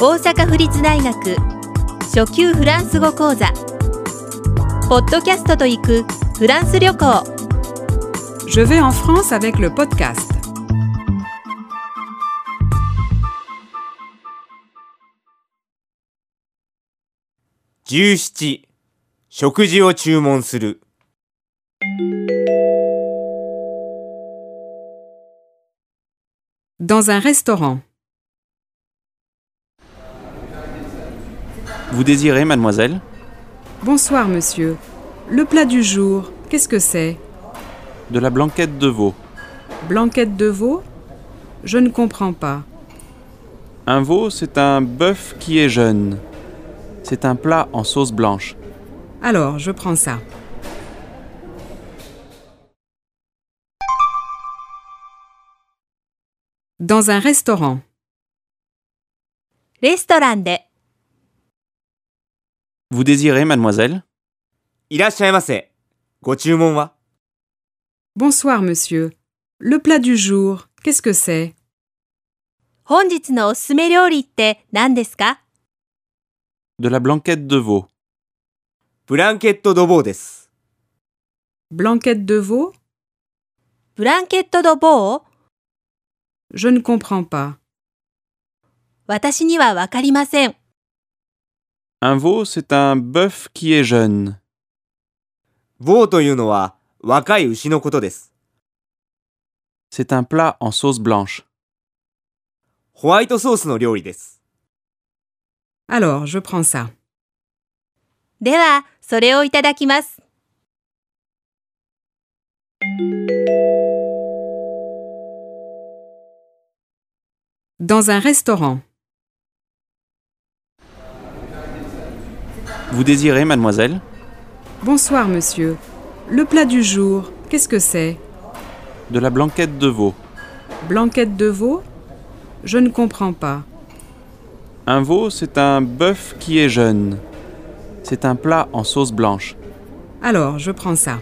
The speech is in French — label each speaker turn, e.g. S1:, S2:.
S1: 大阪府立大学初級フランス語講座ポッドキャストと行くフランス旅行
S2: Je vais en France avec le podcast.
S3: 17食事を注文する
S2: Dans un restaurant.
S4: Vous désirez, mademoiselle
S2: Bonsoir, monsieur. Le plat du jour, qu'est-ce que c'est
S4: De la blanquette de veau.
S2: Blanquette de veau Je ne comprends pas.
S4: Un veau, c'est un bœuf qui est jeune. C'est un plat en sauce blanche.
S2: Alors, je prends ça. Dans un restaurant.
S1: レストランで
S4: Vous désirez, mademoiselle
S3: いらっしゃいませご注文は
S2: Bonsoir, monsieur. Le plat du jour, qu'est-ce que c'est
S1: 本日のおすすめ料理って何ですか
S4: De la blanquette de veau.
S3: ブランケットドボーです
S2: Blanquette de veau
S1: ブランケット・ド・ボー
S2: Je ne comprends pas.
S1: 私にはわかりません
S4: Un veau, c'est un bœuf qui est jeune.
S3: ボーというのは若い牛のことです
S4: C'est un plat en sauce blanche.
S3: ホワイトソースの料理です
S2: Alors, je prends ça.
S1: ではそれをいただきます
S2: Dans un restaurant.
S4: Vous désirez, mademoiselle
S2: Bonsoir, monsieur. Le plat du jour, qu'est-ce que c'est
S4: De la blanquette de veau.
S2: Blanquette de veau Je ne comprends pas.
S4: Un veau, c'est un bœuf qui est jeune. C'est un plat en sauce blanche.
S2: Alors, je prends ça.